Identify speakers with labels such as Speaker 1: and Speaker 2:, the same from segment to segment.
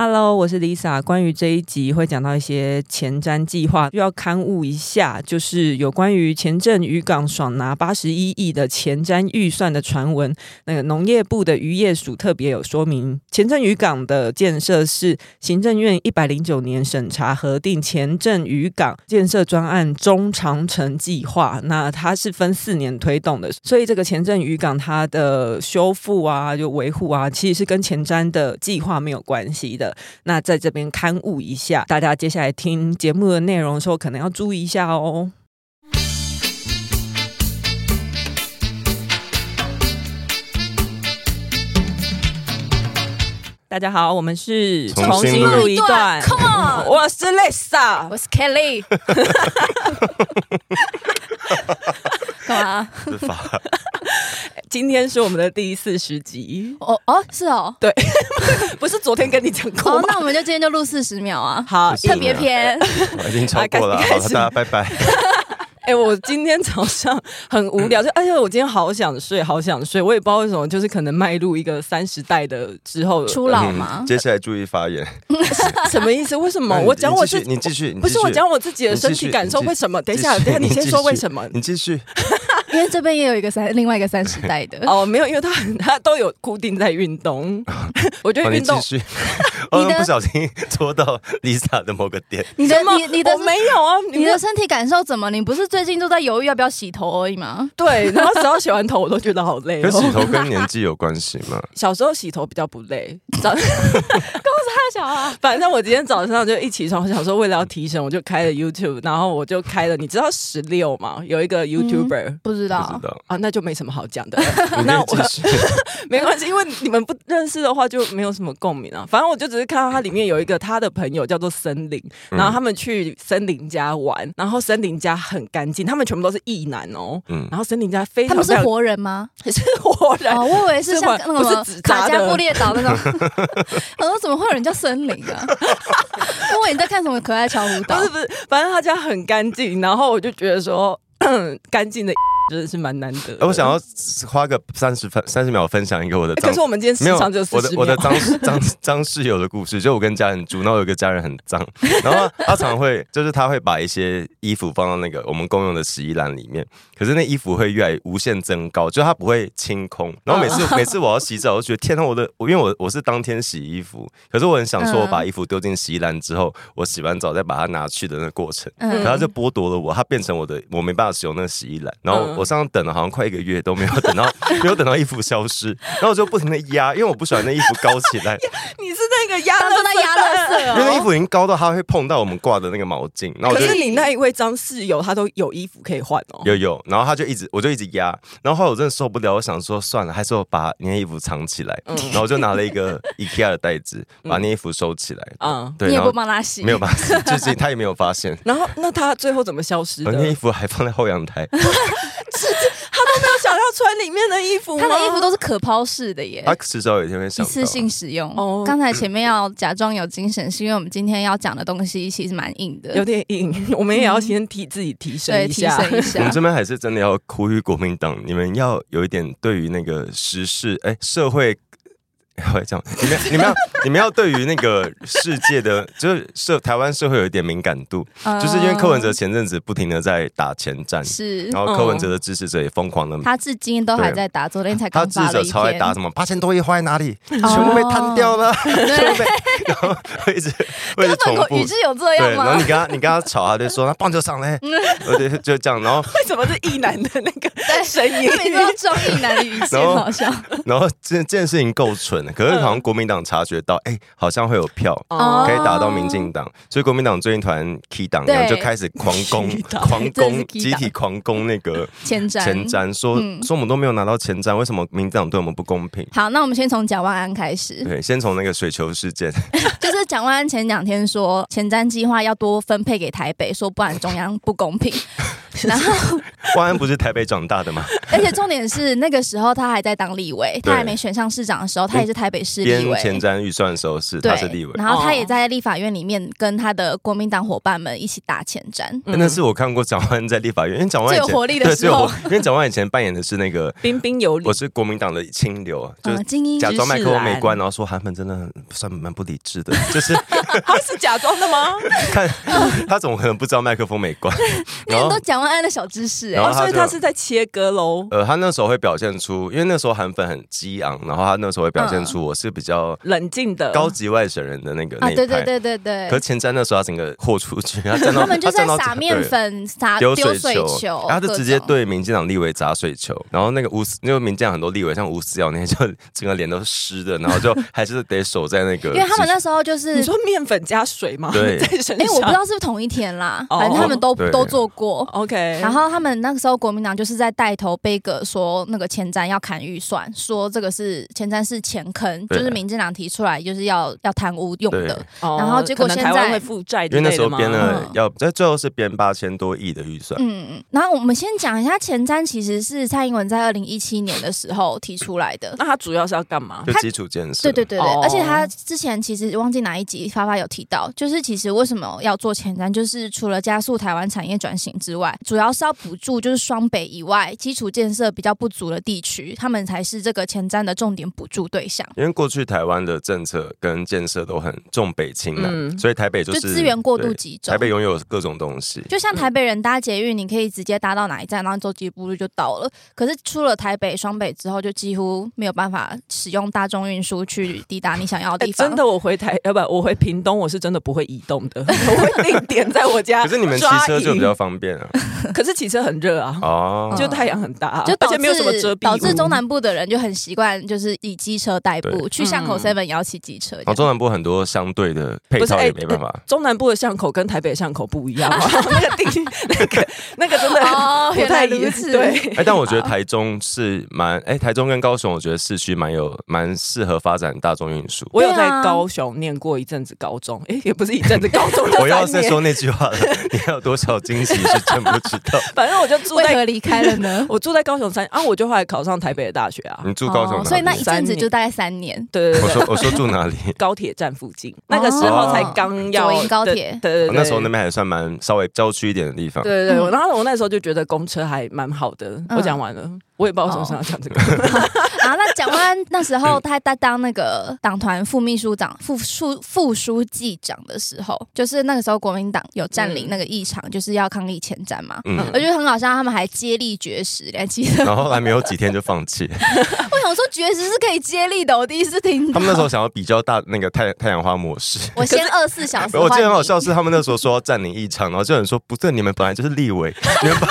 Speaker 1: Hello，我是 Lisa。关于这一集会讲到一些前瞻计划，又要刊物一下，就是有关于前阵渔港爽拿八十一亿的前瞻预算的传闻。那个农业部的渔业署特别有说明，前镇渔港的建设是行政院一百零九年审查核定前镇渔港建设专案中长程计划，那它是分四年推动的，所以这个前镇渔港它的修复啊、就维护啊，其实是跟前瞻的计划没有关系的。那在这边刊物一下，大家接下来听节目的内容的时候，可能要注意一下哦。大家好，我们是
Speaker 2: 重新录
Speaker 1: 一段，Come on，我是 Lisa，
Speaker 3: 我是 Kelly，干嘛？
Speaker 1: 今天是我们的第四十 集，
Speaker 3: 哦哦，是哦，
Speaker 1: 不是昨天跟你讲过
Speaker 3: 哦，
Speaker 1: 吗？
Speaker 3: 那我们就今天就录四十秒啊，
Speaker 1: 好，
Speaker 3: 特别篇，
Speaker 4: 我已经超过了，
Speaker 1: 啊
Speaker 4: 好
Speaker 1: 开
Speaker 4: 了，
Speaker 1: 始
Speaker 4: 大家拜拜。
Speaker 1: 哎、我今天早上很无聊，就而且我今天好想睡，好想睡，我也不知道为什么，就是可能迈入一个三十代的之后，
Speaker 3: 初老嘛
Speaker 4: 嗯，接下来注意发言。
Speaker 1: 什么意思？为什么
Speaker 4: 那你
Speaker 1: 哦我讲我
Speaker 4: 你继
Speaker 1: 自
Speaker 4: 续你继续，你
Speaker 1: 不是
Speaker 4: 继续
Speaker 1: 我讲我自己的
Speaker 4: 你继
Speaker 1: 身
Speaker 4: 续
Speaker 1: 体感受，
Speaker 4: 你继
Speaker 1: 为什么？等一下，
Speaker 4: 继续
Speaker 1: 等一下，你先
Speaker 4: 继
Speaker 1: 说
Speaker 4: 续
Speaker 1: 为什 么？
Speaker 4: 你继续，
Speaker 3: 因为这边也有一个三，另外一个三十代的，
Speaker 1: 哦，没有，因为他很他都有固定在运 动，我觉得
Speaker 4: 哦你
Speaker 1: 运动
Speaker 4: 继续。 我
Speaker 3: 你的
Speaker 4: 不小心戳到 Lisa 的某个点，
Speaker 3: 你的
Speaker 1: 什么
Speaker 3: 你你的
Speaker 1: 我没有啊，
Speaker 3: 你的身体感受怎么？你不是最近都在犹豫要不要洗头而已吗？
Speaker 1: 对，然后只要洗完头我都觉得好累、
Speaker 4: 可是洗
Speaker 1: 哦。
Speaker 4: 头跟年纪有关系 吗？
Speaker 1: 小时候洗头比较不累，早
Speaker 3: 小啊，
Speaker 1: 反正我今天早上就一起床，我想说为了要提神，我就开了 YouTube，然后我就开了，你知道十六吗？有一个 YouTuber、
Speaker 3: 不知
Speaker 4: 不知
Speaker 3: 道，
Speaker 4: 道。
Speaker 1: 啊，那就没什么好讲的，
Speaker 4: 你
Speaker 1: 那
Speaker 4: 可
Speaker 1: 我
Speaker 4: 以继续，
Speaker 1: 没关系，因为你们不认识的话就没有什么共鸣啊。反正我就只是看到他里面有一个他的朋友叫做森林，然后他们去森林家玩，然后森林家很干净，他们全部都是异男哦，
Speaker 4: 嗯，
Speaker 1: 然后森林家非
Speaker 3: 他
Speaker 1: 常
Speaker 3: 们是
Speaker 1: 非常
Speaker 3: 活人吗？
Speaker 1: 是活人，
Speaker 3: 哦，我以为是
Speaker 1: 是
Speaker 3: 像
Speaker 1: 活
Speaker 3: 那个
Speaker 1: 不是纸
Speaker 3: 什么
Speaker 1: 扎
Speaker 3: 卡
Speaker 1: 的
Speaker 3: 加布列岛那种，我说怎么会有人叫森林啊？我以为你在看什么可爱小舞蹈
Speaker 1: 不是？不是，反正他家很干净，然后我就觉得说 干净的 真的是蛮难得的
Speaker 4: 哎 我想要花个三十分三十秒分享一个我的
Speaker 1: 哎可
Speaker 4: 脏
Speaker 1: 是我们今天时
Speaker 4: 没有，
Speaker 1: 长只有四
Speaker 4: 我
Speaker 1: 十
Speaker 4: 的
Speaker 1: 秒。
Speaker 4: 我的张张张室友的故事，就我跟家人住，然后有一个家人很脏，然后他他常会就是他会把一些衣服放到那个我们公用的洗衣篮里面，可是那衣服会越来越无限增高，就它不会清空。然后每
Speaker 1: 嗯
Speaker 4: 次、每次我要洗澡，我就觉得天哪，我的我因为我我是当天洗衣服，可是我很想说，我
Speaker 1: 嗯
Speaker 4: 把衣服丢进洗衣篮之后，我洗完澡再把它拿去的那个过程，
Speaker 3: 嗯
Speaker 4: 然后他就剥夺了我，他变成我的，我没办法使用那个洗衣篮。然后
Speaker 1: 嗯
Speaker 4: 我上次等了好像快一个月都没有等到， 没有等到衣服消失，然后我就不停的压，因为我不喜欢那衣服高起 来，
Speaker 1: 你是那个压
Speaker 3: 当
Speaker 1: 了啊
Speaker 3: 做在压垃圾
Speaker 4: 因
Speaker 3: 哦
Speaker 4: 为那衣服已经高到它会碰到我们挂的那个毛巾，然后我
Speaker 1: 可
Speaker 4: 就是
Speaker 1: 你那一位张室友，他都有衣服可以换哦。
Speaker 4: 有有，然后他就一直我就一直压，然后后来我真的受不了，我想说算了，还是我把你的衣服藏起
Speaker 3: 嗯
Speaker 4: 来，然后我就拿了 一个 IKEA 的袋子把那衣服收起来，
Speaker 1: 嗯，
Speaker 3: 哦
Speaker 4: 对，
Speaker 3: 你也
Speaker 4: 然
Speaker 3: 不
Speaker 4: 后
Speaker 3: 帮他洗，
Speaker 4: 没有吧，就是他也没有发 现，
Speaker 1: 然后那他最后怎么消失
Speaker 4: 我
Speaker 1: 的？
Speaker 4: 那衣服还放在后 阳台。
Speaker 1: 他想要穿里面的衣服吗，
Speaker 3: 他的衣服都是可抛式的耶。
Speaker 4: 他迟早有一天会
Speaker 3: 一
Speaker 4: 想到
Speaker 3: 次性使用
Speaker 1: 哦。
Speaker 3: 刚才前面要假装有精神，是因为我们今天要讲的东西其实蛮硬的，
Speaker 1: 有点硬，我们也要先提自己提
Speaker 3: 嗯对啊
Speaker 1: 升一
Speaker 3: 提
Speaker 1: 下。
Speaker 3: 升一
Speaker 4: 我
Speaker 3: 下
Speaker 4: 们。这边还是真的要呼吁国民党，你们要有一点对于那个时事，哎、社会， 我讲，你们你们要你们要对于那个世界的，就是社台湾社会有一点敏感度，
Speaker 3: 嗯
Speaker 4: 就是因为柯文哲前阵子不停的在打前站，
Speaker 3: 是嗯
Speaker 4: 然后柯文哲的支持者也疯狂的。
Speaker 3: 他至今都还在打，昨天才
Speaker 4: 他
Speaker 3: 刚
Speaker 4: 支
Speaker 3: 发
Speaker 4: 持
Speaker 3: 了
Speaker 4: 者
Speaker 3: 一
Speaker 4: 超爱
Speaker 3: 篇。哦
Speaker 4: 打什么八千多亿花在哪里，全部被摊掉了，全部被，然后会一直会一直重
Speaker 3: 本
Speaker 4: 复
Speaker 3: 语，句有这
Speaker 4: 对，
Speaker 3: 样
Speaker 4: 然后
Speaker 3: 吗
Speaker 4: 你？跟他你跟他吵，他就说那棒球 场嘞，而且就这样，然后
Speaker 1: 为什么是意男的那个 声 音
Speaker 3: 他？每次都中意男的语气，
Speaker 4: 然
Speaker 3: 很
Speaker 4: 后
Speaker 3: 好笑。
Speaker 4: 然后这这件事情够蠢，的。可是好像国民党察觉到，哎、好像会有票
Speaker 3: 嗯哦
Speaker 4: 可以打到民进党，所以国民党最近团 key 党一样
Speaker 3: 对
Speaker 4: 就开始狂攻
Speaker 1: key 党、
Speaker 4: 狂
Speaker 3: 真的是
Speaker 4: 攻、
Speaker 3: key
Speaker 4: 集
Speaker 3: 党
Speaker 4: 体狂攻 那个
Speaker 3: 前瞻
Speaker 4: 前瞻，说
Speaker 3: 嗯
Speaker 4: 说我们都没有拿到前瞻，为什么民进党对我们不公平？
Speaker 3: 好，那我们先从蒋万安开始，
Speaker 4: 对，先从那个水球事件，
Speaker 3: 就是蒋万安前两天说前瞻计划要多分配给台北，说不然中央不公 平。然后，
Speaker 4: 万安不是台北长大的吗？
Speaker 3: 而且重点是那个时候他还在当立委，
Speaker 4: 对
Speaker 3: 他还没选上市长的时候，他也是台北市
Speaker 4: 编
Speaker 3: 立委。
Speaker 4: 前瞻预算的时候是
Speaker 3: 对
Speaker 4: 他是立委，
Speaker 3: 然后
Speaker 1: 哦
Speaker 3: 他也在立法院里面跟他的国民党伙伴们一起打前瞻。
Speaker 4: 欸那是我看过蒋万安在立法院，因为蒋万安
Speaker 3: 嗯
Speaker 4: 以前
Speaker 3: 最有活力的
Speaker 4: 对
Speaker 3: 时候
Speaker 4: 最有活因为蒋万安以前扮演的是 那个
Speaker 1: 彬彬有礼
Speaker 4: 我。是国民党的清流，就
Speaker 3: 嗯，
Speaker 4: 是
Speaker 3: 精英
Speaker 4: 假装麦克风没
Speaker 1: 知识
Speaker 4: 关，
Speaker 1: 栏
Speaker 4: 然后说韩粉真的很算蛮不理智的， 就是
Speaker 1: 他是假装的吗？
Speaker 4: 看他怎么可能不知道麦克风没 关，然
Speaker 3: 那
Speaker 4: 后
Speaker 3: 都。蒋万安的小知识
Speaker 4: 然
Speaker 3: 哎、
Speaker 4: 后
Speaker 1: 哦，
Speaker 4: 他
Speaker 1: 所
Speaker 4: 就
Speaker 1: 以他是在切割喽，
Speaker 4: 呃，他那时候会表现出，因为那时候韩粉很激昂，然后他那时候会表现出我是比较
Speaker 1: 冷静的
Speaker 4: 高级外省人的那个、
Speaker 3: 嗯
Speaker 4: 那
Speaker 3: 啊，
Speaker 4: 一
Speaker 3: 对对
Speaker 4: 派。
Speaker 3: 对对对
Speaker 4: 可是，前瞻那时候他整个豁出去， 他站到
Speaker 3: 他们就在
Speaker 4: 站到
Speaker 3: 撒面
Speaker 4: 对
Speaker 3: 粉、撒
Speaker 4: 丢
Speaker 3: 丢
Speaker 4: 水
Speaker 3: 水
Speaker 4: 球，
Speaker 3: 球，
Speaker 4: 然后他就直接
Speaker 3: 各种。
Speaker 4: 对民进党立委砸水球，然后那个吴思，因为民进党很多立委像吴思瑶那些，就整个脸都湿的，然后就还是得守在那个，
Speaker 3: 因为他们那时候就是
Speaker 1: 你，说面粉加水吗？
Speaker 4: 对
Speaker 1: 在身上。
Speaker 3: 哎、我不知道是不是同一天啦，
Speaker 1: 哦
Speaker 3: 反正他们都
Speaker 4: 对
Speaker 3: 都做过。
Speaker 1: OK，
Speaker 3: 然后他们那个时候国民党就是在带头背个说那个前瞻要砍预算，说这个是前瞻是钱坑，就
Speaker 4: 对
Speaker 3: 是民进党提出来就是要要贪污用
Speaker 4: 对，
Speaker 3: 的。
Speaker 1: 哦
Speaker 3: 然后结果
Speaker 1: 可能
Speaker 3: 现
Speaker 1: 台湾
Speaker 3: 在
Speaker 1: 会负债
Speaker 4: 因为
Speaker 1: 之
Speaker 4: 那
Speaker 1: 类
Speaker 4: 时候
Speaker 1: 的吗？
Speaker 4: 编了
Speaker 3: 嗯
Speaker 4: 要在最后是编八千多亿的预算，
Speaker 3: 嗯，然后我们先讲一下前瞻，其实是蔡英文在二零一七年的时候提出来的。
Speaker 4: 啊
Speaker 1: 那他主要是要干嘛？
Speaker 4: 就基础建设，
Speaker 3: 对对对对，
Speaker 1: 哦
Speaker 3: 而且他之前其实忘记哪一集发发有提到，就是其实为什么要做前瞻，就是除了加速台湾产业转型之外，主要是要补助就是双北以外基础建设比较不足的地区，他们才是这个前瞻的重点补助对象，
Speaker 4: 因为过去台湾的政策跟建设都很重北轻南，
Speaker 1: 嗯
Speaker 4: 所以台北就
Speaker 3: 就是资源过度
Speaker 4: 对
Speaker 3: 集中
Speaker 4: 台。北拥有各种东西，
Speaker 3: 就
Speaker 1: 嗯
Speaker 3: 像台北人搭捷运，你可以直接搭到哪一站，然后走几步路就到了。可是出了台北、双北之后，就几乎没有办法使用大众运输去抵达你想要的
Speaker 1: 哎
Speaker 3: 地方。
Speaker 1: 真的，我回台呃不，我回屏东，我是真的不会移动的， 我会定点在我
Speaker 3: 啊
Speaker 1: 家。
Speaker 4: 可是你们骑车就比较，方便啊，
Speaker 1: 可是骑车很热啊，
Speaker 4: 哦，
Speaker 1: 就太阳很大啊，
Speaker 3: 嗯就
Speaker 1: 而
Speaker 3: 导
Speaker 1: 且
Speaker 3: 致
Speaker 1: 没有什么遮蔽物，
Speaker 3: 导致中南部的人就很习惯，就是以机车代步，
Speaker 4: 对
Speaker 3: 去巷口
Speaker 1: 嗯
Speaker 3: seven 也要骑机车这
Speaker 4: 然后
Speaker 3: 样。
Speaker 4: 哦中南部很多相对的配
Speaker 1: 不是
Speaker 4: 套
Speaker 1: 哎
Speaker 4: 也没办法。
Speaker 1: 中南部的巷口跟台北的巷口不一 样啊，那个地那个那个真的
Speaker 3: 哦
Speaker 1: 不太一
Speaker 3: 原来如
Speaker 1: 样
Speaker 3: 此
Speaker 1: 对，
Speaker 4: 哎、但我觉
Speaker 3: 啊
Speaker 4: 得台中是蛮哎、台中跟高雄，我觉得市区蛮有蛮适合发展大众运输。
Speaker 1: 我有
Speaker 3: 对
Speaker 1: 在
Speaker 3: 啊
Speaker 1: 高雄念过一阵子高中，哎，也不是一阵子高中，就
Speaker 4: 我要
Speaker 1: 三
Speaker 4: 是
Speaker 1: 年
Speaker 4: 说那句话了， 你还有多少惊喜是真不知道。
Speaker 1: 反正我就住
Speaker 3: 为何
Speaker 1: 在
Speaker 3: 离开了呢
Speaker 1: ？我住在高雄三啊，我就后来考上台北的大学啊，
Speaker 4: 你住高雄哪
Speaker 3: 哦
Speaker 4: 里？
Speaker 3: 所以那一阵
Speaker 1: 三
Speaker 3: 子
Speaker 1: 年
Speaker 3: 就大概三年。
Speaker 1: 对对
Speaker 4: 嗯我
Speaker 1: 对
Speaker 4: 说我说住哪里？
Speaker 1: 高铁站附近，那个时候才刚要
Speaker 3: 左营高铁
Speaker 1: 对对对
Speaker 4: 哦，那时候那边还算蛮稍微郊区一点的地方。
Speaker 1: 对对对，
Speaker 3: 嗯
Speaker 1: 我然后我那时候就觉得公车还蛮好的。
Speaker 3: 嗯哦
Speaker 1: 我讲完了，我也不知道为什么想要讲这个。
Speaker 3: 然后那蒋万安那时
Speaker 4: 嗯
Speaker 3: 候他在当那个党团副秘书长、副书副书记长的时候，就是那个时候国民党有占领那个议场，就是要抗议前瞻嘛。
Speaker 4: 嗯，
Speaker 3: 我觉得很好笑，他们还接力绝食，连记得。
Speaker 4: 然后后来没有几天就放 弃。
Speaker 3: 我想说绝食是可以接力的，我第一次听到。
Speaker 4: 他们那时候想要比较大那个太太阳花模式。
Speaker 3: 我先二四小时换你，
Speaker 4: 我记得很好笑，是他们那时候说要占领议场，然后就有人说不对，你们本来就是立委， 你们本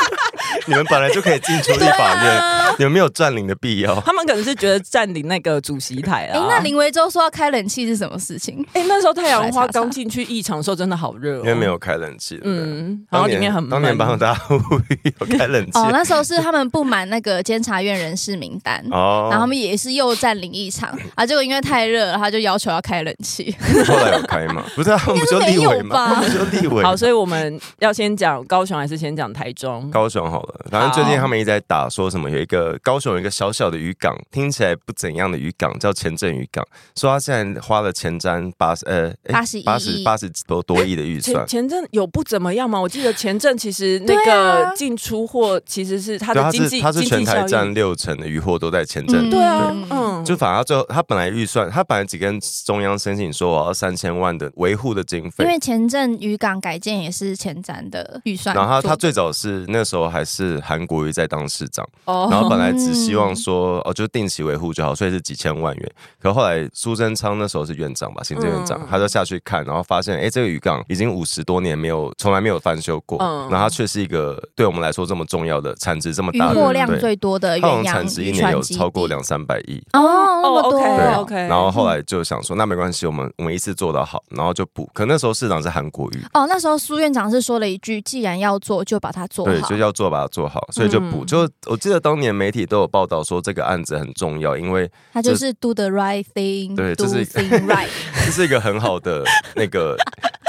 Speaker 4: 你们本来就可以进出立法院，你们没有占领的必要。
Speaker 1: 他们可能是觉得占领那个主席台
Speaker 3: 哎、
Speaker 1: 啊。
Speaker 3: 那林维洲说要开冷气是什么事情？
Speaker 1: 哎那时候太阳花
Speaker 3: 来查查
Speaker 1: 刚进去异常的时候真的好热，哦
Speaker 4: 因为没。有开冷气，
Speaker 1: 嗯，
Speaker 4: 嗯，
Speaker 1: 然
Speaker 4: 当
Speaker 1: 后
Speaker 4: 年
Speaker 1: 里面很闷
Speaker 4: 当年帮大家呼吁有开冷气
Speaker 3: 哦，那时候是他们不满那个监察院人事名单。
Speaker 4: 哦
Speaker 3: 然后他们也是又占领一场啊，结果因为太热了，他就要求要开冷气。
Speaker 4: 后来有开吗？不是啊，他们不就立委吗？他们不就立委吗。
Speaker 1: 好，所以我们要先讲高雄还是先讲台中？
Speaker 4: 高雄好了，反正最近他们一直在打说什么有一个高雄有一个小小的渔港，听起来不怎样的渔港叫前镇渔港，说他现在花了前瞻八十呃
Speaker 3: 81
Speaker 4: 八十
Speaker 3: 亿
Speaker 4: 八十多多亿的预算
Speaker 1: 前， 前阵有不怎么样吗？我记得前阵其实那
Speaker 3: 对
Speaker 1: 个
Speaker 3: 啊
Speaker 1: 进出货其实是它
Speaker 4: 对，啊
Speaker 1: 的
Speaker 4: 他
Speaker 1: 经
Speaker 4: 是
Speaker 1: 济
Speaker 4: 他是
Speaker 1: 经
Speaker 4: 全
Speaker 1: 济
Speaker 4: 台
Speaker 1: 效
Speaker 4: 占
Speaker 1: 益。
Speaker 4: 六成的渔获都在前镇。
Speaker 1: 对啊，
Speaker 3: 嗯
Speaker 1: 嗯，
Speaker 4: 就反而最后，他本来预算，他本来只跟中央申请说我要三千万的维护的经费
Speaker 3: 因，为前阵渔港改建也是前瞻的预算，
Speaker 4: 然后他他最早是那时候还是是韩国瑜在当市长，
Speaker 1: 哦
Speaker 4: 然后本来只希望说哦，就定期维护就好，所以是几千万元。可后来苏贞昌那时候是院长吧，行政院长，
Speaker 1: 嗯
Speaker 4: 他就下去看，然后发现哎，这个渔港已经五十多年没有从来没有翻修过，
Speaker 1: 嗯
Speaker 4: 然后它却是一个对我们来说这么重要的产值这么
Speaker 3: 渔
Speaker 4: 大的
Speaker 3: 获量
Speaker 4: 对
Speaker 3: 最多的
Speaker 4: 它好
Speaker 3: 远洋
Speaker 4: 像产值一
Speaker 3: 渔
Speaker 4: 年
Speaker 3: 船
Speaker 4: 有
Speaker 3: 基
Speaker 4: 超
Speaker 3: 地
Speaker 4: 过两三百亿，
Speaker 3: 哦，那么多
Speaker 4: 对
Speaker 1: 哦，OK，OK
Speaker 4: 然 后后来就想说，那没关系，我们我们一次做到好，然后就补。可那时候市长是韩国瑜，
Speaker 3: 哦，那时候苏院长是说了一句：“既然要做，就把它哦做好。
Speaker 4: 对，就要做把它做好，所以就补。
Speaker 1: 嗯
Speaker 4: 就我记得当年媒体都有报道说这个案子很重要，因为
Speaker 3: 他就是 do the right thing，
Speaker 4: 对
Speaker 3: do
Speaker 4: 这是
Speaker 3: thing right。
Speaker 4: 这是一个很好的那个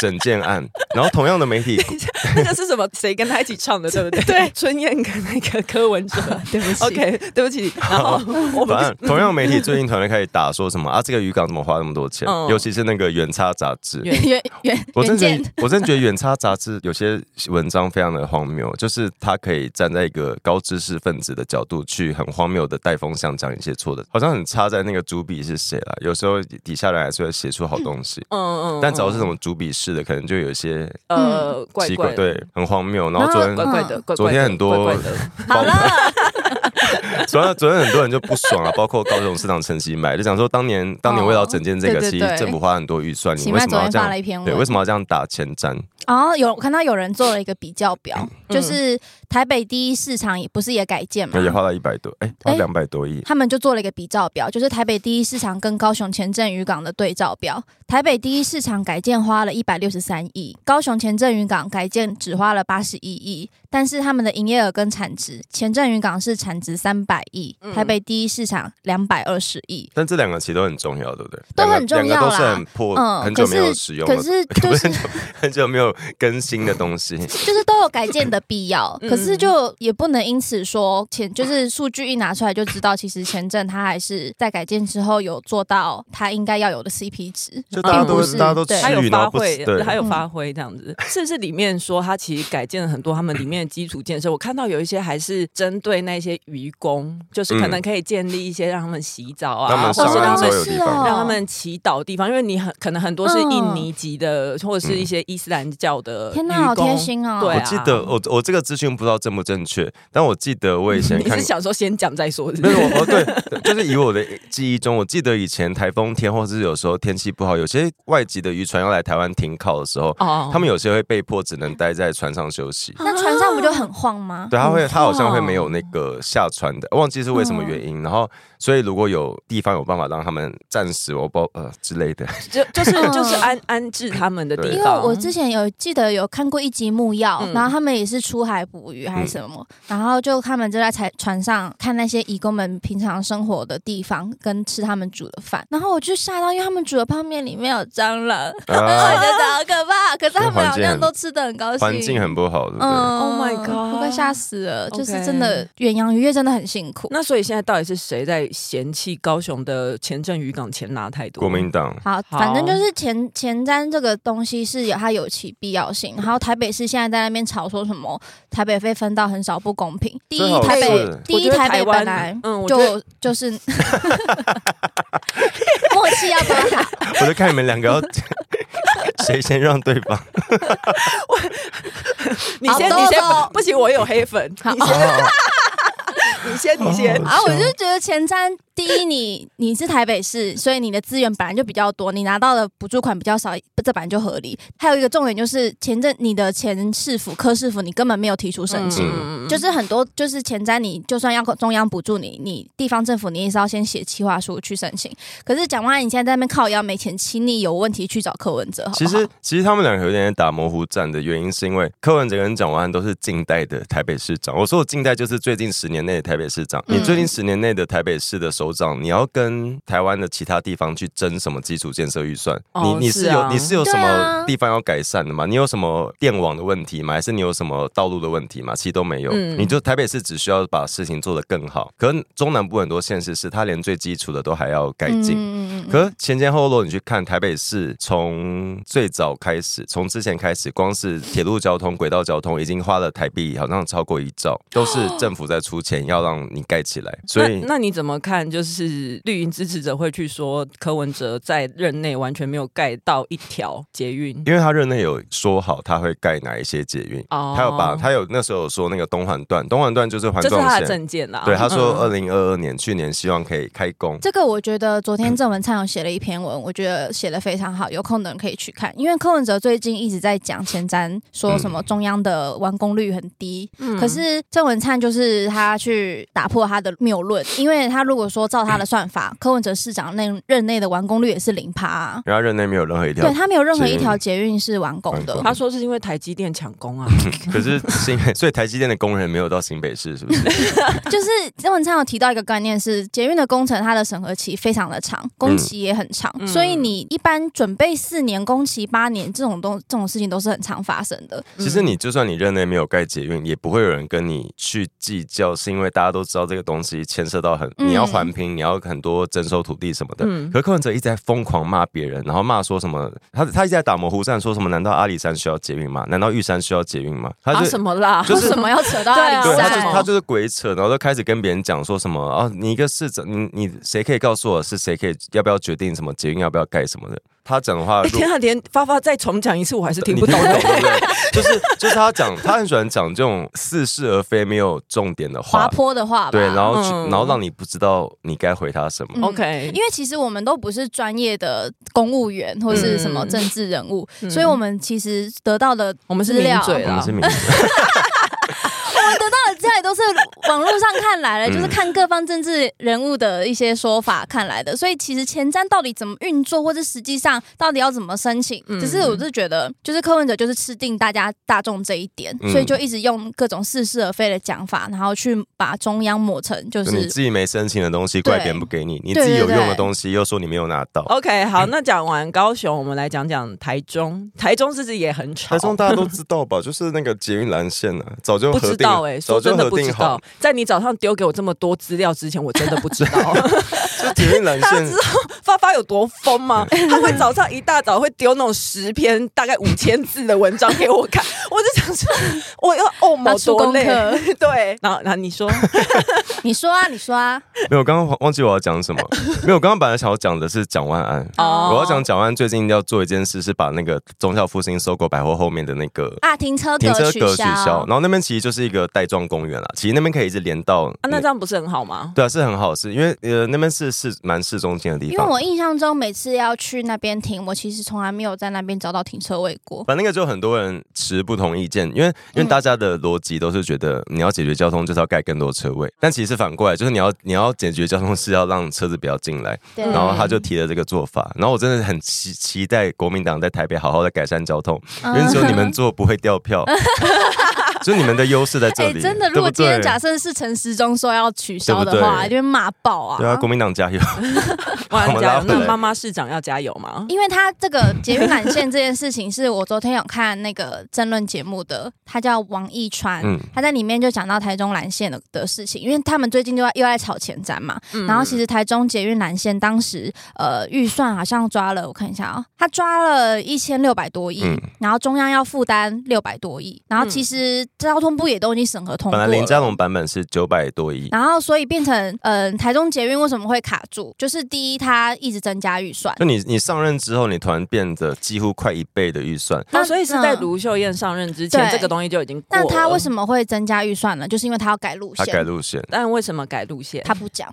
Speaker 4: 整件 案。然后同样的媒体，
Speaker 1: 那个是什么？谁跟他一起唱的，对 不对？对，春燕跟那个柯文哲。
Speaker 5: 对不起
Speaker 1: OK，对不起。然后 我
Speaker 4: 反
Speaker 1: 们
Speaker 4: 正同样媒 体最近团队开始打说什么啊，这个渔港怎么花那么多钱？
Speaker 1: 嗯
Speaker 4: 尤其是那个远差杂志，
Speaker 1: 远
Speaker 3: 原原
Speaker 4: 我
Speaker 3: 原
Speaker 4: 真的觉
Speaker 3: 件
Speaker 4: 得，我真的觉得《远差》杂志有些文章非常的荒谬，就是他可以站在一个高知识分子的角度去很荒谬的带风向讲一些错的，好像很差在那个主笔是谁啦。有时候底下人还是会写出好东西，
Speaker 1: 嗯嗯，
Speaker 4: 但只要
Speaker 1: 嗯
Speaker 4: 是什么主笔式的，可能就有一些
Speaker 1: 呃怪
Speaker 4: 奇
Speaker 1: 怪
Speaker 4: 怪，
Speaker 1: 的，
Speaker 4: 对，很荒谬。然后昨天
Speaker 1: 怪怪的，怪怪的
Speaker 4: 昨天很多
Speaker 1: 怪怪的
Speaker 4: 好了， 昨天昨天很多人就不爽啊，包括高雄市长陈其迈，就讲说当年当年为了要整件这个，
Speaker 3: 哦哦对
Speaker 4: 其
Speaker 3: 对
Speaker 4: 实
Speaker 3: 对
Speaker 4: 政府花很多预算，你
Speaker 3: 喜
Speaker 4: 为
Speaker 3: 麦
Speaker 4: 什么
Speaker 3: 昨
Speaker 4: 要
Speaker 3: 天
Speaker 4: 这
Speaker 3: 发
Speaker 4: 样
Speaker 3: 了？一篇
Speaker 4: 对，为
Speaker 3: 文，
Speaker 4: 什么要这样打前瞻？
Speaker 3: 然后有我看到有人做了一个比较表，
Speaker 4: 嗯
Speaker 3: 就是台北第一市场也不是也改建嘛
Speaker 4: 那，也花了一百多，哎，花
Speaker 3: 哎
Speaker 4: 两百多亿。
Speaker 3: 他们就做了一个比照表，就是台北第一市场跟高雄前镇渔港的对照表。台北第一市场改建花了一百六十三亿，高雄前镇渔港改建只花了八十一亿，但是他们的营业额跟产值，前镇渔港是产值三百亿，
Speaker 4: 嗯
Speaker 3: 台北第一市场两百二十亿。
Speaker 4: 但这两个其实都很重要，对不对？
Speaker 3: 都
Speaker 4: 两个
Speaker 3: 很重要啦啊
Speaker 4: 两个都是很破，
Speaker 3: 嗯
Speaker 4: 很久没有使用了，
Speaker 3: 可是就是
Speaker 4: 很久没有更新的东西。
Speaker 3: 就是都有改建的必要，
Speaker 1: 嗯
Speaker 3: 可是就也不能因此说前就是数据一拿出来就知道，其实前镇它还是在改建之后有做到它应该要有的 CP 值，
Speaker 4: 就大家都
Speaker 3: 并不是
Speaker 4: 大家都
Speaker 3: 对
Speaker 1: 还有
Speaker 4: 至于然
Speaker 1: 发
Speaker 4: 后不
Speaker 1: 挥，
Speaker 4: 对
Speaker 1: 还有发挥这样子，甚至里面说他其实改建了很多他们里面的基础建设。我看到有一些还是针对那些渔工，就是可能可以建立一些让他们洗澡啊，
Speaker 4: 他们
Speaker 1: 或
Speaker 4: 上
Speaker 1: 是让
Speaker 4: 岸
Speaker 1: 他
Speaker 4: 之
Speaker 1: 们
Speaker 4: 后有地
Speaker 3: 哦嗯
Speaker 4: 方，
Speaker 1: 让他们祈祷的地方，因为你很可能很多是印尼籍的，或者
Speaker 4: 嗯
Speaker 1: 是一些伊斯兰教的
Speaker 3: 天
Speaker 1: 哪，
Speaker 3: 哪，好贴心哦！
Speaker 1: 对
Speaker 4: 我
Speaker 1: 啊
Speaker 4: 记得我我这个资讯不知道正不正确，但我记得我以 前
Speaker 1: 你
Speaker 4: 看
Speaker 1: 是。想说先讲再 说是不
Speaker 4: 没
Speaker 1: 是？
Speaker 4: 有我哦，对，就是以我的记忆中，我记得以前台风天，或是有时候天气不好，有些外籍的渔船要来台湾停靠的时候，
Speaker 1: 哦
Speaker 4: 他们有些会被迫只能待在船上休息。
Speaker 3: 那船上不就很晃吗？
Speaker 4: 对，他会，他好像会
Speaker 1: 哦嗯
Speaker 4: 没有那个下船的，忘记是为什么原因。然后，所以如果有地方有办法让他们暂时，我包呃之类 的，
Speaker 1: 就就是
Speaker 3: 嗯
Speaker 1: 就是安安置他们的地
Speaker 4: 对
Speaker 3: 因为
Speaker 1: 方。
Speaker 3: 我之前有记得有看过一集木曜，
Speaker 1: 嗯
Speaker 3: 然后他们也是出海捕鱼还是什么，
Speaker 4: 嗯
Speaker 3: 然后就他们就在船船上看那些义工们平常生活的地方跟吃他们煮的饭，然后我就吓到，因为他们煮的泡面里面有蟑螂，我
Speaker 4: 啊
Speaker 3: 觉得好可怕。可是他们好像都吃的很高兴，
Speaker 4: 环境很不好，对不对？
Speaker 3: 嗯
Speaker 1: Oh my god
Speaker 3: 我快吓死了，
Speaker 1: OK
Speaker 3: 就是真的远洋渔业真的很辛苦。
Speaker 1: 那所以现在到底是谁在嫌弃高雄的前镇渔港钱拿太多？
Speaker 4: 国民党
Speaker 3: 好，
Speaker 1: 好
Speaker 3: 反正就是前前瞻这个东西是有它有其必要性，然后台北市现在在那边吵说什么台北被分到很少不公平。第
Speaker 4: 最
Speaker 3: 一，
Speaker 4: 好
Speaker 3: 台北
Speaker 4: 是
Speaker 3: 第一
Speaker 1: 我觉得
Speaker 3: 台北
Speaker 1: 湾
Speaker 3: 本来
Speaker 1: 嗯，我觉得
Speaker 3: 就就是 默契要不要打？
Speaker 4: 我就看你们两个要 谁先让对方。
Speaker 1: 你先
Speaker 3: 好
Speaker 1: 你先
Speaker 3: 多哦
Speaker 1: 不行，我有黑粉，你先你先你先，嗯
Speaker 4: 嗯
Speaker 3: 然后啊我就觉得前瞻第一你，你是台北市，所以你的资源本来就比较多，你拿到的补助款比较少，这本来就合理。还有一个重点就是前阵你的前市府、科市府，你根本没有提出申请。
Speaker 4: 嗯
Speaker 3: 就是很多，就是前瞻你就算要中央补助你，你地方政府你也是要先写企划书去申请。可是蒋万安你现在在那边靠腰没钱，请你有问题去找柯文哲，好不好
Speaker 4: 其实，其实他们两个有点打模糊战的原因，是因为柯文哲跟蒋万安都是近代的台北市长。我说我近代就是最近十年内的台北市长。
Speaker 3: 嗯
Speaker 4: 你最近十年内的台北市的首长，你要跟台湾的其他地方去争什么基础建设预算？
Speaker 1: 哦
Speaker 4: 你你
Speaker 1: 是
Speaker 4: 是
Speaker 1: 啊
Speaker 4: 有你是有什
Speaker 3: 对啊
Speaker 4: 么地方要改善的吗？你有什么电网的问题吗？还是你有什么道路的问题吗？其实都没有。
Speaker 1: 嗯
Speaker 4: 你就台北市只需要把事情做得更好。可是中南部很多县市是它连最基础的都还要改进。
Speaker 3: 嗯嗯嗯嗯
Speaker 4: 可是前前后后，你去看台北市，从最早开始，从之前开始，光是铁路交通、轨道交通，已经花了台币好像超过一兆，都是政府在出钱要让你盖起来。所
Speaker 1: 哦
Speaker 4: 以
Speaker 1: 那那你怎么看？就就是绿营支持者会去说柯文哲在任内完全没有盖到一条捷运。
Speaker 4: 因为他任内有说好他会盖哪一些捷运，
Speaker 1: 哦
Speaker 4: 他有把他有那时候有说那个东环段，东环段就是环
Speaker 1: 这是他
Speaker 4: 状
Speaker 1: 的
Speaker 4: 线。
Speaker 1: 证件啦。
Speaker 4: 对，他说
Speaker 1: 嗯
Speaker 4: 二零二二年去年希望可以开工，
Speaker 3: 这个我觉得昨天郑文灿有写了一篇文，我觉得写的非常好，有空的人可以去看。因为柯文哲最近一直在讲前瞻，说什么中央的完工率很低，可是郑文灿就是他去打破他的谬论，因为他如果说照他的算法，柯文哲市长那任内的完工率也是零趴、啊，
Speaker 4: 然后任内没有任何一条
Speaker 3: 对，他没有任何一条
Speaker 4: 是
Speaker 3: 捷运是完工的
Speaker 4: 完工。
Speaker 1: 他说是因为台积电抢工啊，
Speaker 4: 可是新 所以台积电的工人没有到新北市，是不是？
Speaker 3: 就是郑文灿有提到一个概念是，捷运的工程它的审核期非常的
Speaker 4: 嗯
Speaker 3: 长，工期也很长，
Speaker 1: 嗯
Speaker 3: 所以你一般准备四年，工期八年这种东这种事情都是很常发生的。
Speaker 4: 其实你就算你任内没有盖捷运，也不会有人跟你去计较，是因为大家都知道这个东西牵涉到很，
Speaker 3: 嗯
Speaker 4: 你要环评，你要很多征收土地什么的。
Speaker 1: 嗯
Speaker 4: 可柯文哲一直在疯狂骂别人，然后骂说什么，他他一直在打模糊战，说什么难道阿里山需要捷运吗？难道玉山需要捷运吗？ 他就、
Speaker 1: 啊什么啦？
Speaker 4: 就是
Speaker 3: 为什么要扯到阿
Speaker 1: 对
Speaker 3: 里
Speaker 1: 啊
Speaker 4: 对，他
Speaker 3: 山？
Speaker 4: 就是
Speaker 1: 哦
Speaker 4: 他就是鬼扯，然后就开始跟别人讲说什么啊，你一个市长，你你谁可以告诉我是谁可以要不要决定什么捷运要不要盖什么的？他讲 的话，
Speaker 1: 哎
Speaker 4: 如果
Speaker 1: 天啊，连发发再重讲一次，我还是听不懂
Speaker 4: 你。 对不对？就是就是他讲，他很喜欢讲这种似是而非、没有重点的
Speaker 3: 滑
Speaker 4: 话，
Speaker 3: 坡的话吧，
Speaker 4: 对，然后去、
Speaker 1: 嗯
Speaker 4: 然后让你不知道你该回他什么。
Speaker 3: 嗯
Speaker 1: OK，
Speaker 3: 因为其实我们都不是专业的公务员或是什么政治人物，
Speaker 1: 嗯
Speaker 3: 所以我们其实得到的
Speaker 1: 我们是
Speaker 3: 资料
Speaker 1: 名嘴
Speaker 4: 我
Speaker 1: 啦
Speaker 4: 们是，民主，
Speaker 1: 哦
Speaker 3: 得到的资料也都是网络上看来 的，
Speaker 4: 嗯
Speaker 3: 就是看各方政治人物的一些说法看来的。所以其实前瞻到底怎么运作，或者实际上到底要怎么申请，
Speaker 1: 嗯
Speaker 3: 只是我是觉得，就是柯文哲就是吃定大家大众这一点，
Speaker 4: 嗯
Speaker 3: 所以就一直用各种似是而非的讲法，然后去把中央抹成就
Speaker 4: 就你
Speaker 3: 是。
Speaker 4: 自己没申请的东西，
Speaker 3: 对
Speaker 4: 怪别人不给你；你
Speaker 3: 对
Speaker 4: 自己有
Speaker 3: 对
Speaker 4: 用的
Speaker 3: 对
Speaker 4: 东西，又说你没有拿到。
Speaker 1: OK，好，哦那讲完高雄，我们来讲讲台中。台中是不是也很吵？
Speaker 4: 台中大家都知道吧？就是那个捷运蓝线 啊，早就
Speaker 1: 不
Speaker 4: 核
Speaker 1: 知
Speaker 4: 定
Speaker 1: 道
Speaker 4: 了，
Speaker 1: 哎、
Speaker 4: 早
Speaker 1: 说
Speaker 4: 就
Speaker 1: 真的
Speaker 4: 核
Speaker 1: 不知
Speaker 4: 定好
Speaker 1: 道。。在你早上丢给我这么多资料之前，我真的不知道。
Speaker 4: 就捷运蓝
Speaker 1: 大家
Speaker 4: 线
Speaker 1: 知道发发有多疯吗？他会早上一大早会丢那种十篇大概五千字的文章给我看， 我就想说我要哦毛
Speaker 3: 他出
Speaker 1: 多
Speaker 3: 功
Speaker 1: 累。
Speaker 3: 课，
Speaker 1: 对，然后然后你说，
Speaker 3: 你说啊，你说啊，
Speaker 4: 没有，我刚刚忘记我要讲 什么。没有，我刚刚本来想要讲的是蒋万安。
Speaker 1: 哦
Speaker 4: 我要讲蒋万安最近要做一件事，是把那个忠孝复兴搜狗百货后面的那个
Speaker 3: 啊，停车格
Speaker 4: 停车
Speaker 3: 取
Speaker 4: 格取消
Speaker 3: 消，
Speaker 4: 然后那边其实就是一个带状公园啦，其实那边可以一直连到
Speaker 1: 啊，那
Speaker 4: 那
Speaker 1: 这样不是很好吗？
Speaker 4: 对啊，是很好的事，因为呃那边是是蛮市中心的地
Speaker 3: 因为
Speaker 4: 方。
Speaker 3: 我印象中每次要去那边停，我其实从来没有在那边找到停车位 过。
Speaker 4: 反正那个就很多人持不同意见，因为
Speaker 3: 嗯
Speaker 4: 因为大家的逻辑都是觉得你要解决交通就是要盖更多车位，但其实反过来就是你要你要解决交通是要让车子不要进来，
Speaker 3: 对
Speaker 4: 然后他就提了这个做法，然后我真的很期期待国民党在台北好好的改善交通，因
Speaker 3: 嗯
Speaker 4: 为只有你 们做不会掉票， 就你们的优势在这
Speaker 3: 哎、
Speaker 4: 里，
Speaker 3: 真的，
Speaker 4: 对
Speaker 3: 如
Speaker 4: 不
Speaker 3: 果今
Speaker 4: 对
Speaker 3: 天假设是陈时中说要取消的话，
Speaker 4: 对不对
Speaker 3: 就会骂爆啊！
Speaker 4: 对啊，国民党加油！
Speaker 1: 哇，
Speaker 4: 我们
Speaker 1: 加油！
Speaker 4: 拉回来
Speaker 1: 那妈妈市长要加油吗？
Speaker 3: 因为他这个捷运缆线这件事情，是我昨天有看那个争论节目的，他叫王一川，
Speaker 4: 嗯
Speaker 3: 他在里面就讲到台中缆线的的事情，因为他们最近就要又在炒前瞻嘛，
Speaker 4: 嗯
Speaker 3: 然后其实台中捷运缆线当时呃预算好像抓了，我看一下啊、他抓了一千六百多亿，
Speaker 4: 嗯
Speaker 3: 然后中央要负担六百多亿，然后其实交通部也都已经审核通过
Speaker 4: 本来
Speaker 3: 了。
Speaker 4: 林佳龙版本是九百多亿，
Speaker 3: 然后，所以变成，嗯、台中捷运为什么会卡住？就是第一，它一直增加预算，
Speaker 4: 就你你上任之后，你突然变得几乎快一倍的预算，
Speaker 1: 那
Speaker 3: 那
Speaker 1: 哦所以是在
Speaker 3: 嗯
Speaker 1: 卢秀燕上任之前，
Speaker 3: 对
Speaker 1: 这个东西就已经过了。
Speaker 3: 那他为什
Speaker 1: 么？
Speaker 3: 么会增加预算呢？就是因为他要改路
Speaker 4: 他改
Speaker 3: 线，
Speaker 4: 路线，
Speaker 1: 但为什么改路线？
Speaker 3: 他不讲。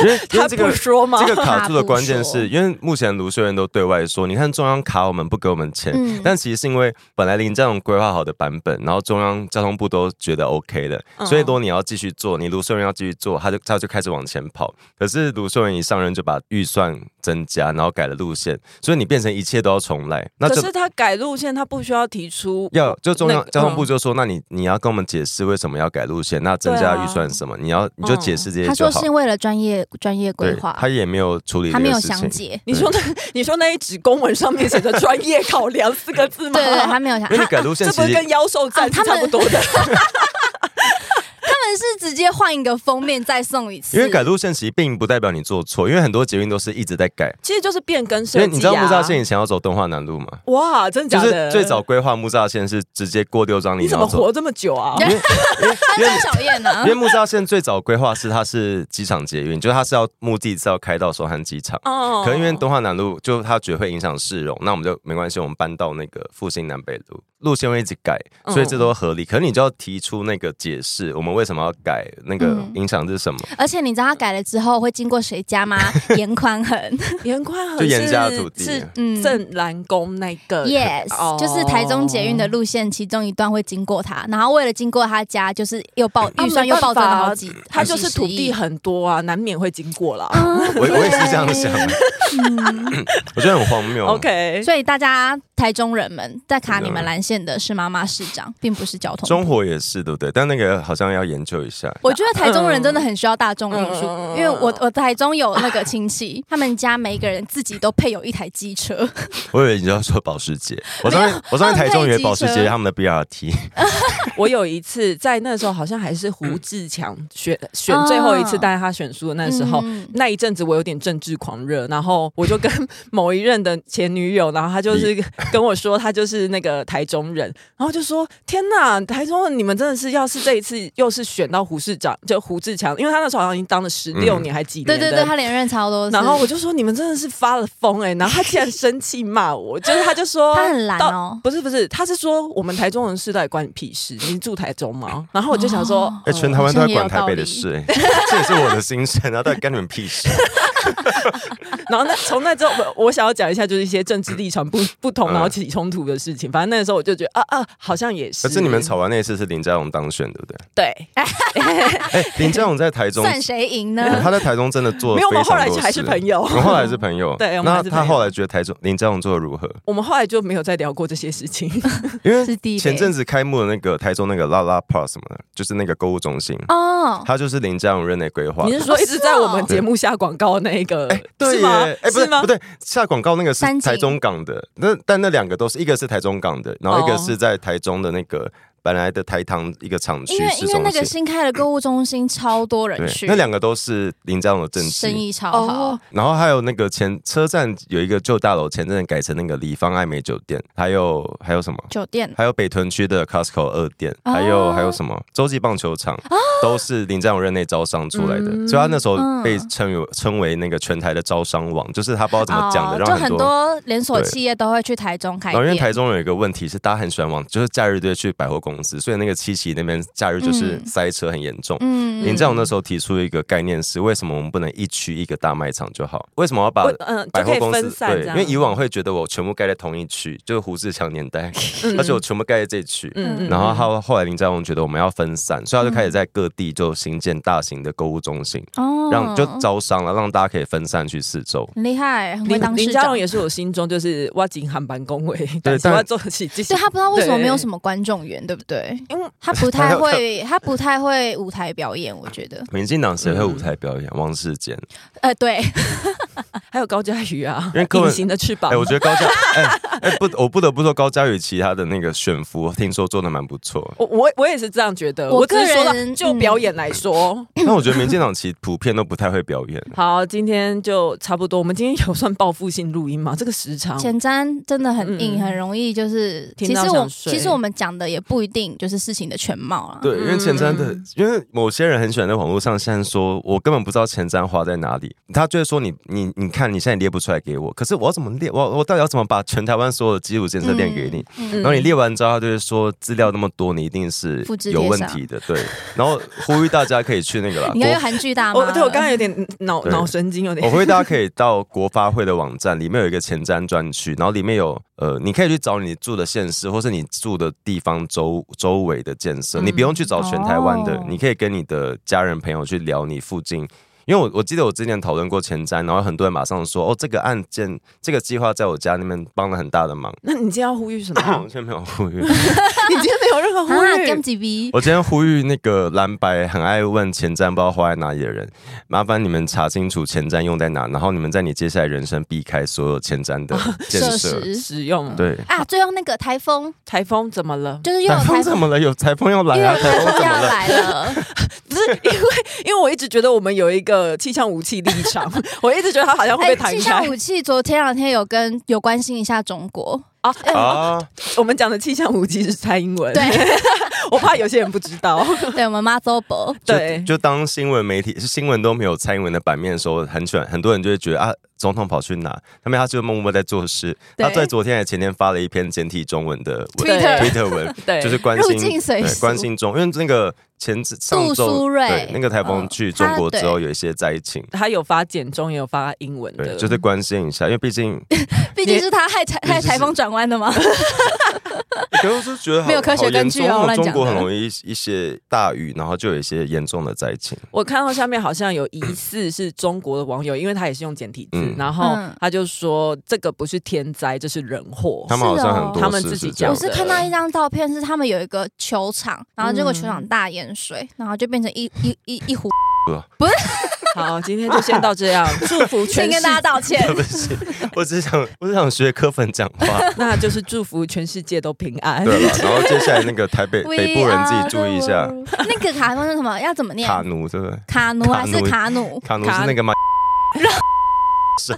Speaker 4: 因为因为
Speaker 1: 他
Speaker 4: 这
Speaker 1: 不
Speaker 4: 个。
Speaker 1: 说吗
Speaker 4: 这？个卡住的关键
Speaker 3: 他不
Speaker 4: 是
Speaker 3: 说
Speaker 4: 因为目前卢秀燕都对外说，你看中央卡我们不给我们钱，
Speaker 3: 嗯
Speaker 4: 但其实是因为本来林佳龙规划好的版本，然后中央交通部都觉得 OK 的，
Speaker 1: 嗯
Speaker 4: 所以如果你要继续做，你卢秀燕要继续做，他就他就开始往前跑。可是卢秀燕一上任就把预算增加，然后改了路线，所以你变成一切都要重来，那
Speaker 1: 可
Speaker 4: 就是
Speaker 1: 他改路线，他不需要提出
Speaker 4: 要就中
Speaker 1: 那
Speaker 4: 央
Speaker 1: 个
Speaker 4: 交通部
Speaker 1: 嗯
Speaker 4: 就说，那你你要跟我们解释为什么要改路线，那增
Speaker 1: 对
Speaker 4: 加
Speaker 1: 啊
Speaker 4: 预算什么，你要你就解释这些
Speaker 3: 嗯他
Speaker 4: 就
Speaker 3: 说
Speaker 4: 好
Speaker 3: 是。为了专业专业规
Speaker 4: 对，
Speaker 3: 划，
Speaker 4: 他也没有处理
Speaker 3: 他
Speaker 4: 这
Speaker 3: 没
Speaker 4: 个
Speaker 3: 有
Speaker 4: 事
Speaker 3: 详
Speaker 4: 情。
Speaker 3: 解。
Speaker 1: 你说那 你说那一纸公文上面写着“专业考量”四个字
Speaker 3: 对
Speaker 1: 吗？
Speaker 3: 对，对他没有详。
Speaker 4: 因为
Speaker 3: 他
Speaker 4: 你改路线
Speaker 1: 这
Speaker 4: 其
Speaker 1: 不是
Speaker 4: 实
Speaker 1: 跟妖兽战
Speaker 3: 啊他
Speaker 1: 是
Speaker 3: 们
Speaker 1: 差不多的？
Speaker 3: 他们们是直接换一个封面再送一次，
Speaker 4: 因为改路线其实并不代表你做错，因为很多捷运都是一直在改。
Speaker 1: 其实就是变更设
Speaker 4: 因
Speaker 1: 计、
Speaker 4: 为
Speaker 1: 啊。
Speaker 4: 你知道木栅线以前要走敦化南路吗？
Speaker 1: 哇，真的
Speaker 4: 就
Speaker 1: 假
Speaker 4: 是
Speaker 1: 的？
Speaker 4: 最早规划木栅线是直接过六张里，
Speaker 1: 你怎么
Speaker 4: 然后走
Speaker 1: 活这么久啊？
Speaker 4: 因为因为因为
Speaker 3: 张小燕呢
Speaker 4: 因为？木栅线最早规划是它是机场捷运，就是它是要目的是要开到首航机场。
Speaker 1: 哦
Speaker 4: 可能因为东华南路就它觉得会影响市容，那我们就没关系，我们搬到那个复兴南北路，路线会一直改，所以这都
Speaker 3: 嗯
Speaker 4: 合理。可是你就要提出那个解释，我们为什么要改，那个
Speaker 3: 嗯
Speaker 4: 影响是什么？
Speaker 3: 而且你知道他改了之后会经过谁家 吗？严宽恒，
Speaker 1: 严宽
Speaker 3: 哦
Speaker 1: 和
Speaker 4: 就严家土地啊
Speaker 1: 是
Speaker 3: 嗯
Speaker 1: 正蓝宫那个
Speaker 3: Yes，、
Speaker 1: 哦
Speaker 3: 就是台中捷运的路线，其中一段会经过他，然后为了经过他家，就是又暴
Speaker 1: 啊
Speaker 3: 预算又暴增了好几
Speaker 1: 没，它就是嗯土地
Speaker 3: 好
Speaker 1: 很多啊，难免会经过啦。
Speaker 4: 我我也是这样想的， 我觉得很荒
Speaker 3: 几
Speaker 4: 谬。
Speaker 3: 十亿
Speaker 1: OK，
Speaker 3: 所以大家台中人们在卡你们蓝线的是妈妈市长，并不是交通部
Speaker 4: 中。火也是对不对？但那个好像要研究一下。
Speaker 3: 我觉得台中人真的很需要大众运输，
Speaker 1: 嗯
Speaker 3: 因为我我台中有那个亲戚，他们家每一个人自己都配有一台机车，
Speaker 4: 我以为你要说保时捷，我上次我上次
Speaker 3: 他们
Speaker 4: 台中以为
Speaker 3: 配机
Speaker 4: 保时捷
Speaker 3: 车哦
Speaker 4: 他们的 BRT，
Speaker 1: 我有一次在那时候好像还是胡志强选选最后一次带他选书的那时候，
Speaker 3: 哦嗯
Speaker 1: 那一阵子我有点政治狂热，然后我就跟某一任的前女友，然后她就是 跟我说她就是那个台中人，然后就说天呐，台中人你们真的是要是这一次又是选到胡市长，就胡志强，因为他那时候好像已经当了十六
Speaker 4: 嗯
Speaker 1: 年还几
Speaker 3: 对
Speaker 1: 年
Speaker 3: 对
Speaker 1: 的
Speaker 3: 对，他连任超多次，
Speaker 1: 然后我就说你们真的是发了疯哎、然后他竟然生气 骂我，就是他就说
Speaker 3: 他很懒
Speaker 1: 到
Speaker 3: 哦，
Speaker 1: 不是不是，他是说我们台中人世代关你屁事，你住台中 吗？然后我就想说，
Speaker 3: 哦
Speaker 1: 呃
Speaker 4: 哎，全台湾都在管台北的
Speaker 3: 好
Speaker 4: 事，哎 这也是我的心声啊，到底干你们屁事？
Speaker 1: 然后那从那之后，我我想要讲一下就是一些政治立场不不同，
Speaker 4: 嗯
Speaker 1: 然后起冲突的事情。反正那时候我就觉得啊啊，好像也是。
Speaker 4: 可是你们吵完那一次是林佳荣当选，对不对？
Speaker 1: 对，
Speaker 4: 哎、林佳荣在台中，
Speaker 3: 算谁赢呢？
Speaker 4: 他在台中真的做了
Speaker 1: 没有我们
Speaker 4: 非常
Speaker 1: 后来
Speaker 4: 多的
Speaker 1: 还
Speaker 4: 事
Speaker 1: 是朋友
Speaker 4: 我们后来是朋友。
Speaker 1: 对我们还
Speaker 4: 那
Speaker 1: 是
Speaker 4: 他
Speaker 1: 朋友
Speaker 4: 后来觉得台中林佳荣做的如何？
Speaker 1: 我们后来就没有再聊过这些事情。
Speaker 4: 因
Speaker 3: 是地
Speaker 4: 为
Speaker 3: 雷
Speaker 4: 前阵子开幕的那个台中那个拉拉 Plus 什么的，就是那个购物中 心，
Speaker 3: 哦，
Speaker 4: 他就是林佳荣任内规划的。
Speaker 1: 你是说一直在我们节目下广告那一个
Speaker 4: 哎、对
Speaker 1: 是
Speaker 4: 耶，
Speaker 1: 吗
Speaker 4: 哎、？不
Speaker 1: 是
Speaker 4: 对
Speaker 1: 吗
Speaker 4: 不？对，下广告那个是
Speaker 3: 三井
Speaker 4: 台中港的，那但那两个都是一个是台中港的，然后一个
Speaker 1: 哦
Speaker 4: 是在台中的那个本来的台糖一个厂区
Speaker 3: 因为
Speaker 4: 市
Speaker 3: 因为
Speaker 4: 中
Speaker 3: 那个
Speaker 4: 心。
Speaker 3: 新开的购物中心超多人
Speaker 4: 对
Speaker 3: 去，，
Speaker 4: 那两个都是林佳荣的政绩，
Speaker 3: 生意超好。
Speaker 1: 哦，
Speaker 4: 然后还有那个前车站有一个旧大楼，前阵子改成那个李芳爱美酒店，还有还有什么？
Speaker 3: 酒店
Speaker 4: 还有北屯区的 Costco 二店，
Speaker 3: 哦
Speaker 4: 还有还有什么洲际棒球场，都是林占勇任内招商出来的，
Speaker 3: 嗯
Speaker 4: 所以他那时候被称为称为那个全台的招商网，就是他不知道怎么讲的，
Speaker 3: 哦就
Speaker 4: 让
Speaker 3: 很
Speaker 4: 多。
Speaker 3: 多连锁企业都会去台中开
Speaker 4: 然后因为台
Speaker 3: 店。
Speaker 4: 中有一个问题是，大家很喜欢往就是假日队去百货公司，所以那个七期那边假日就是
Speaker 3: 嗯
Speaker 4: 塞车很严重。
Speaker 3: 嗯
Speaker 4: 林占勇那时候提出一个概念是，为什么我们不能一区一个大卖场就好？为什么要把
Speaker 1: 我嗯，
Speaker 4: 啊百
Speaker 1: 就
Speaker 4: 货
Speaker 1: 可以
Speaker 4: 公
Speaker 1: 分
Speaker 4: 司
Speaker 1: 散
Speaker 4: 对
Speaker 1: 这，
Speaker 4: 因
Speaker 1: 样。
Speaker 4: 为以往会觉得我全部盖在同一区，就是胡志强 年代， 而且我全部盖在这一区。
Speaker 1: 嗯
Speaker 4: 然后他后来林佳荣觉得我们要分散，所以他就开始在各地就新建大型的购物中心，
Speaker 1: 嗯
Speaker 3: 哦
Speaker 4: 让就招商了，让大家可以分散去四周。
Speaker 3: 很厉害，很会
Speaker 1: 林
Speaker 3: 当
Speaker 1: 林
Speaker 3: 市
Speaker 1: 佳
Speaker 3: 长
Speaker 1: 荣。也是我心中就是挖井韩版工位，但是
Speaker 4: 但
Speaker 1: 我要做起这些
Speaker 3: 对。他不知道为什么
Speaker 1: 对
Speaker 3: 没有什么观众缘，对不对？
Speaker 1: 因为
Speaker 3: 他不 太会，他不太会舞台表演，我觉
Speaker 1: 嗯
Speaker 3: 得。
Speaker 4: 民进党谁会舞台表演？王世坚，
Speaker 3: 呃，对，
Speaker 1: 还有高佳瑜啊，
Speaker 4: 因为柯文
Speaker 1: 隐形的翅膀，
Speaker 4: 哎，我觉得高 嘉，哎哎不，我不得不说高嘉宇其他的那个选服，听说做的蛮不错。
Speaker 1: 我我我也是这样觉得。
Speaker 3: 我
Speaker 1: 我只是说到
Speaker 3: 个人嗯
Speaker 1: 就表演来说，
Speaker 4: 但我觉得民进党其实普遍都不太会表演。
Speaker 1: 好，今天就差不多。我们今天有算报复性录音吗？这个时 长，
Speaker 3: 前瞻真的很硬，
Speaker 1: 嗯
Speaker 3: 很容易就是。
Speaker 1: 听
Speaker 3: 其
Speaker 1: 到
Speaker 3: 实我
Speaker 1: 想睡
Speaker 3: 其实我们讲的也不一定就是事情的全貌啊。
Speaker 4: 对，因为前瞻的，因为某些人很喜欢在网络上现在说，我根本不知道前瞻花在哪里，他就会说你你你看你现在列不出来给我，可是我要怎么列？我我到底要怎么把全台湾所有的基础建设列给你？
Speaker 1: 嗯
Speaker 4: 然后你列完之后，他就会说资料那么多，你一定是
Speaker 3: 复制贴
Speaker 4: 有
Speaker 3: 上
Speaker 4: 问题的，对。然后呼吁大家可以去那个啦，
Speaker 3: 你看，
Speaker 4: 国
Speaker 3: 有韩剧大妈啊
Speaker 1: 我
Speaker 3: 了，
Speaker 1: 哦对我刚才有点脑
Speaker 4: 对
Speaker 1: 脑神经有
Speaker 4: 我
Speaker 1: 点。
Speaker 4: 呼吁大家可以到国发会的网站，里面有一个前瞻专区，然后里面有呃，你可以去找你住的县市或是你住的地方周周围的建设，你不用去找全台湾的，
Speaker 3: 哦
Speaker 4: 你可以跟你的家人朋友去聊你附近。因为我我记得我之前讨论过前瞻，然后很多人马上说哦，这个案件这个计划在我家那边帮了很大的忙，
Speaker 1: 那你今天要呼吁什么？
Speaker 4: 完全没有呼吁。
Speaker 1: 你今天没有任何
Speaker 3: 啊
Speaker 1: 呼吁
Speaker 3: ，Game。G B，
Speaker 4: 我今天呼吁那个蓝白很爱问前瞻不知道花在哪里的人，麻烦你们查清楚前瞻用在哪，然后你们在你接下来人生避开所有前瞻的建
Speaker 3: 哦设
Speaker 4: 设。
Speaker 3: 施
Speaker 1: 使用
Speaker 4: 对，
Speaker 3: 啊，最后那个台风
Speaker 1: 台风怎么了？
Speaker 3: 就是又有
Speaker 4: 台风
Speaker 3: 台
Speaker 4: 怎
Speaker 3: 风，
Speaker 4: 么了？有台风要来
Speaker 3: 又有
Speaker 4: 啊！台
Speaker 3: 台
Speaker 4: 风
Speaker 3: 风
Speaker 4: 怎么
Speaker 3: 要
Speaker 4: 了？
Speaker 3: 来了，
Speaker 1: 不是因为，因为我一直觉得我们有一个气象武器立场， 我一直觉得它好
Speaker 4: 啊
Speaker 1: 像会被弹
Speaker 3: 哎气象
Speaker 1: 开。
Speaker 3: 武器昨天两天有跟有关心一下中 国，
Speaker 1: 啊，哎
Speaker 4: 啊！
Speaker 1: 我们讲的气象武器是蔡英文，
Speaker 3: 对，
Speaker 1: 我怕有些人不知道。
Speaker 3: 对我们妈周伯，
Speaker 1: 对，
Speaker 4: 就当新闻媒体是新闻都没有蔡英文的版面的时候，很喜欢很多人就会觉得啊，总统跑去哪？他们他就默默在做事。
Speaker 3: 对
Speaker 4: 他在昨天还前天发了一篇简体中文的文
Speaker 3: Twitter
Speaker 4: 推特文，
Speaker 1: 对，
Speaker 4: 就是关
Speaker 3: 入
Speaker 4: 心
Speaker 3: 境随
Speaker 4: 对
Speaker 3: 俗
Speaker 4: 关心中，因为那个前上
Speaker 3: 苏
Speaker 4: 周
Speaker 3: 芮
Speaker 4: 对那个台风
Speaker 3: 嗯
Speaker 4: 去中国
Speaker 3: 他
Speaker 4: 之后有一些灾情。
Speaker 1: 他有发简中，也有发英文的，
Speaker 4: 对，就是关心一下，因为毕 竟，
Speaker 3: 毕竟是他害台
Speaker 4: 你
Speaker 3: 害台风转弯的嘛，
Speaker 4: 可是我是觉得好
Speaker 3: 没有科学
Speaker 4: 好严
Speaker 3: 根据
Speaker 4: 重
Speaker 3: 哦
Speaker 4: 因为
Speaker 3: 乱
Speaker 4: 中
Speaker 3: 讲
Speaker 4: 国
Speaker 3: 的
Speaker 4: 很容易一些大雨，然后就有一些严重的灾情。
Speaker 1: 我看到下面好像有疑似是中国的网友，因为他也是用简体字，
Speaker 4: 嗯
Speaker 1: 然后
Speaker 3: 嗯
Speaker 1: 他就说这个不是天灾，这是人
Speaker 3: 哦
Speaker 1: 祸。
Speaker 4: 他们好像很多
Speaker 1: 他们
Speaker 4: 事
Speaker 1: 自己
Speaker 4: 是这样
Speaker 3: 我
Speaker 1: 讲
Speaker 3: 是
Speaker 1: 的
Speaker 3: 看到一张照片，是他们有一个球场，然后结果球场
Speaker 4: 嗯
Speaker 3: 大淹水，然后就变成一一一一湖。
Speaker 1: 好，今天就先到这 样，祝福
Speaker 3: 先
Speaker 1: 全世
Speaker 3: 跟大家
Speaker 1: 界，
Speaker 3: 道歉。
Speaker 4: 不是， 我只想，我只想学柯粉讲话。
Speaker 1: 那就是祝福全世界都平 安。
Speaker 4: 对了，然后接下来那 个台北北部人自己注意一下，
Speaker 3: We are the world。那个 卡通是什么？要怎么念？
Speaker 4: 卡奴对不对？
Speaker 3: 卡奴还是卡努？
Speaker 4: 卡奴
Speaker 1: 卡
Speaker 4: 是那个吗？是，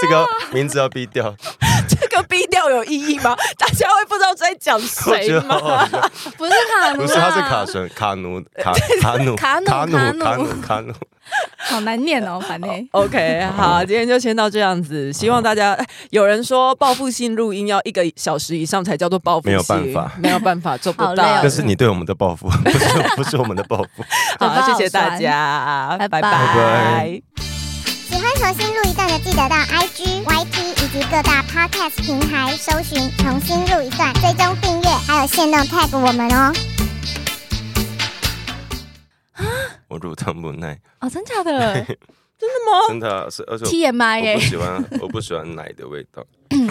Speaker 4: 这个名字要逼掉，
Speaker 1: 这个逼调有意义吗？大家会不知道在讲
Speaker 4: 我
Speaker 1: 谁
Speaker 4: 觉得
Speaker 1: 吗？
Speaker 4: 好好笑。
Speaker 3: 不是卡奴，啊
Speaker 4: 不是，他是卡，神卡奴卡卡奴
Speaker 3: 卡努卡
Speaker 4: 卡奴
Speaker 3: 努
Speaker 4: 卡奴卡奴，
Speaker 3: 好难念哦，反正。
Speaker 1: OK，好，今天就先到这样子。希望大家哎有人说报复性录音要一个小时以上才叫做报复性，
Speaker 4: 没有办法
Speaker 1: 没有办法做不
Speaker 3: 好累
Speaker 1: 到
Speaker 3: 哦
Speaker 4: 那。是你对我们的报复，不是不是我们的报复。
Speaker 1: 好，谢谢大家，
Speaker 3: 拜拜
Speaker 4: 拜拜
Speaker 6: 喜欢重新录一段的，记得到 IG、YT 以及各大 Podcast 平台搜寻“重新录一段”，追踪订阅，还有限动 tag 我们哦。
Speaker 4: 我乳糖不耐，
Speaker 3: 哦，真假 的
Speaker 4: 真的啊是，而且
Speaker 3: ？TMI
Speaker 4: 我
Speaker 3: 耶
Speaker 4: 不，喜欢，我不喜欢奶的味道。
Speaker 1: 你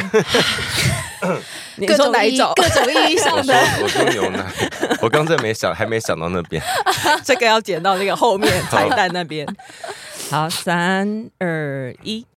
Speaker 3: 欸各
Speaker 1: 说
Speaker 3: 种
Speaker 1: 哪一
Speaker 3: 意
Speaker 1: 种？
Speaker 3: 各种意义
Speaker 4: 我
Speaker 3: 上
Speaker 4: 说
Speaker 3: 的。
Speaker 4: 我说牛奶，我刚才没想，还没想到那边。
Speaker 1: 这 个要剪到那个后面彩蛋那边。好，三二一。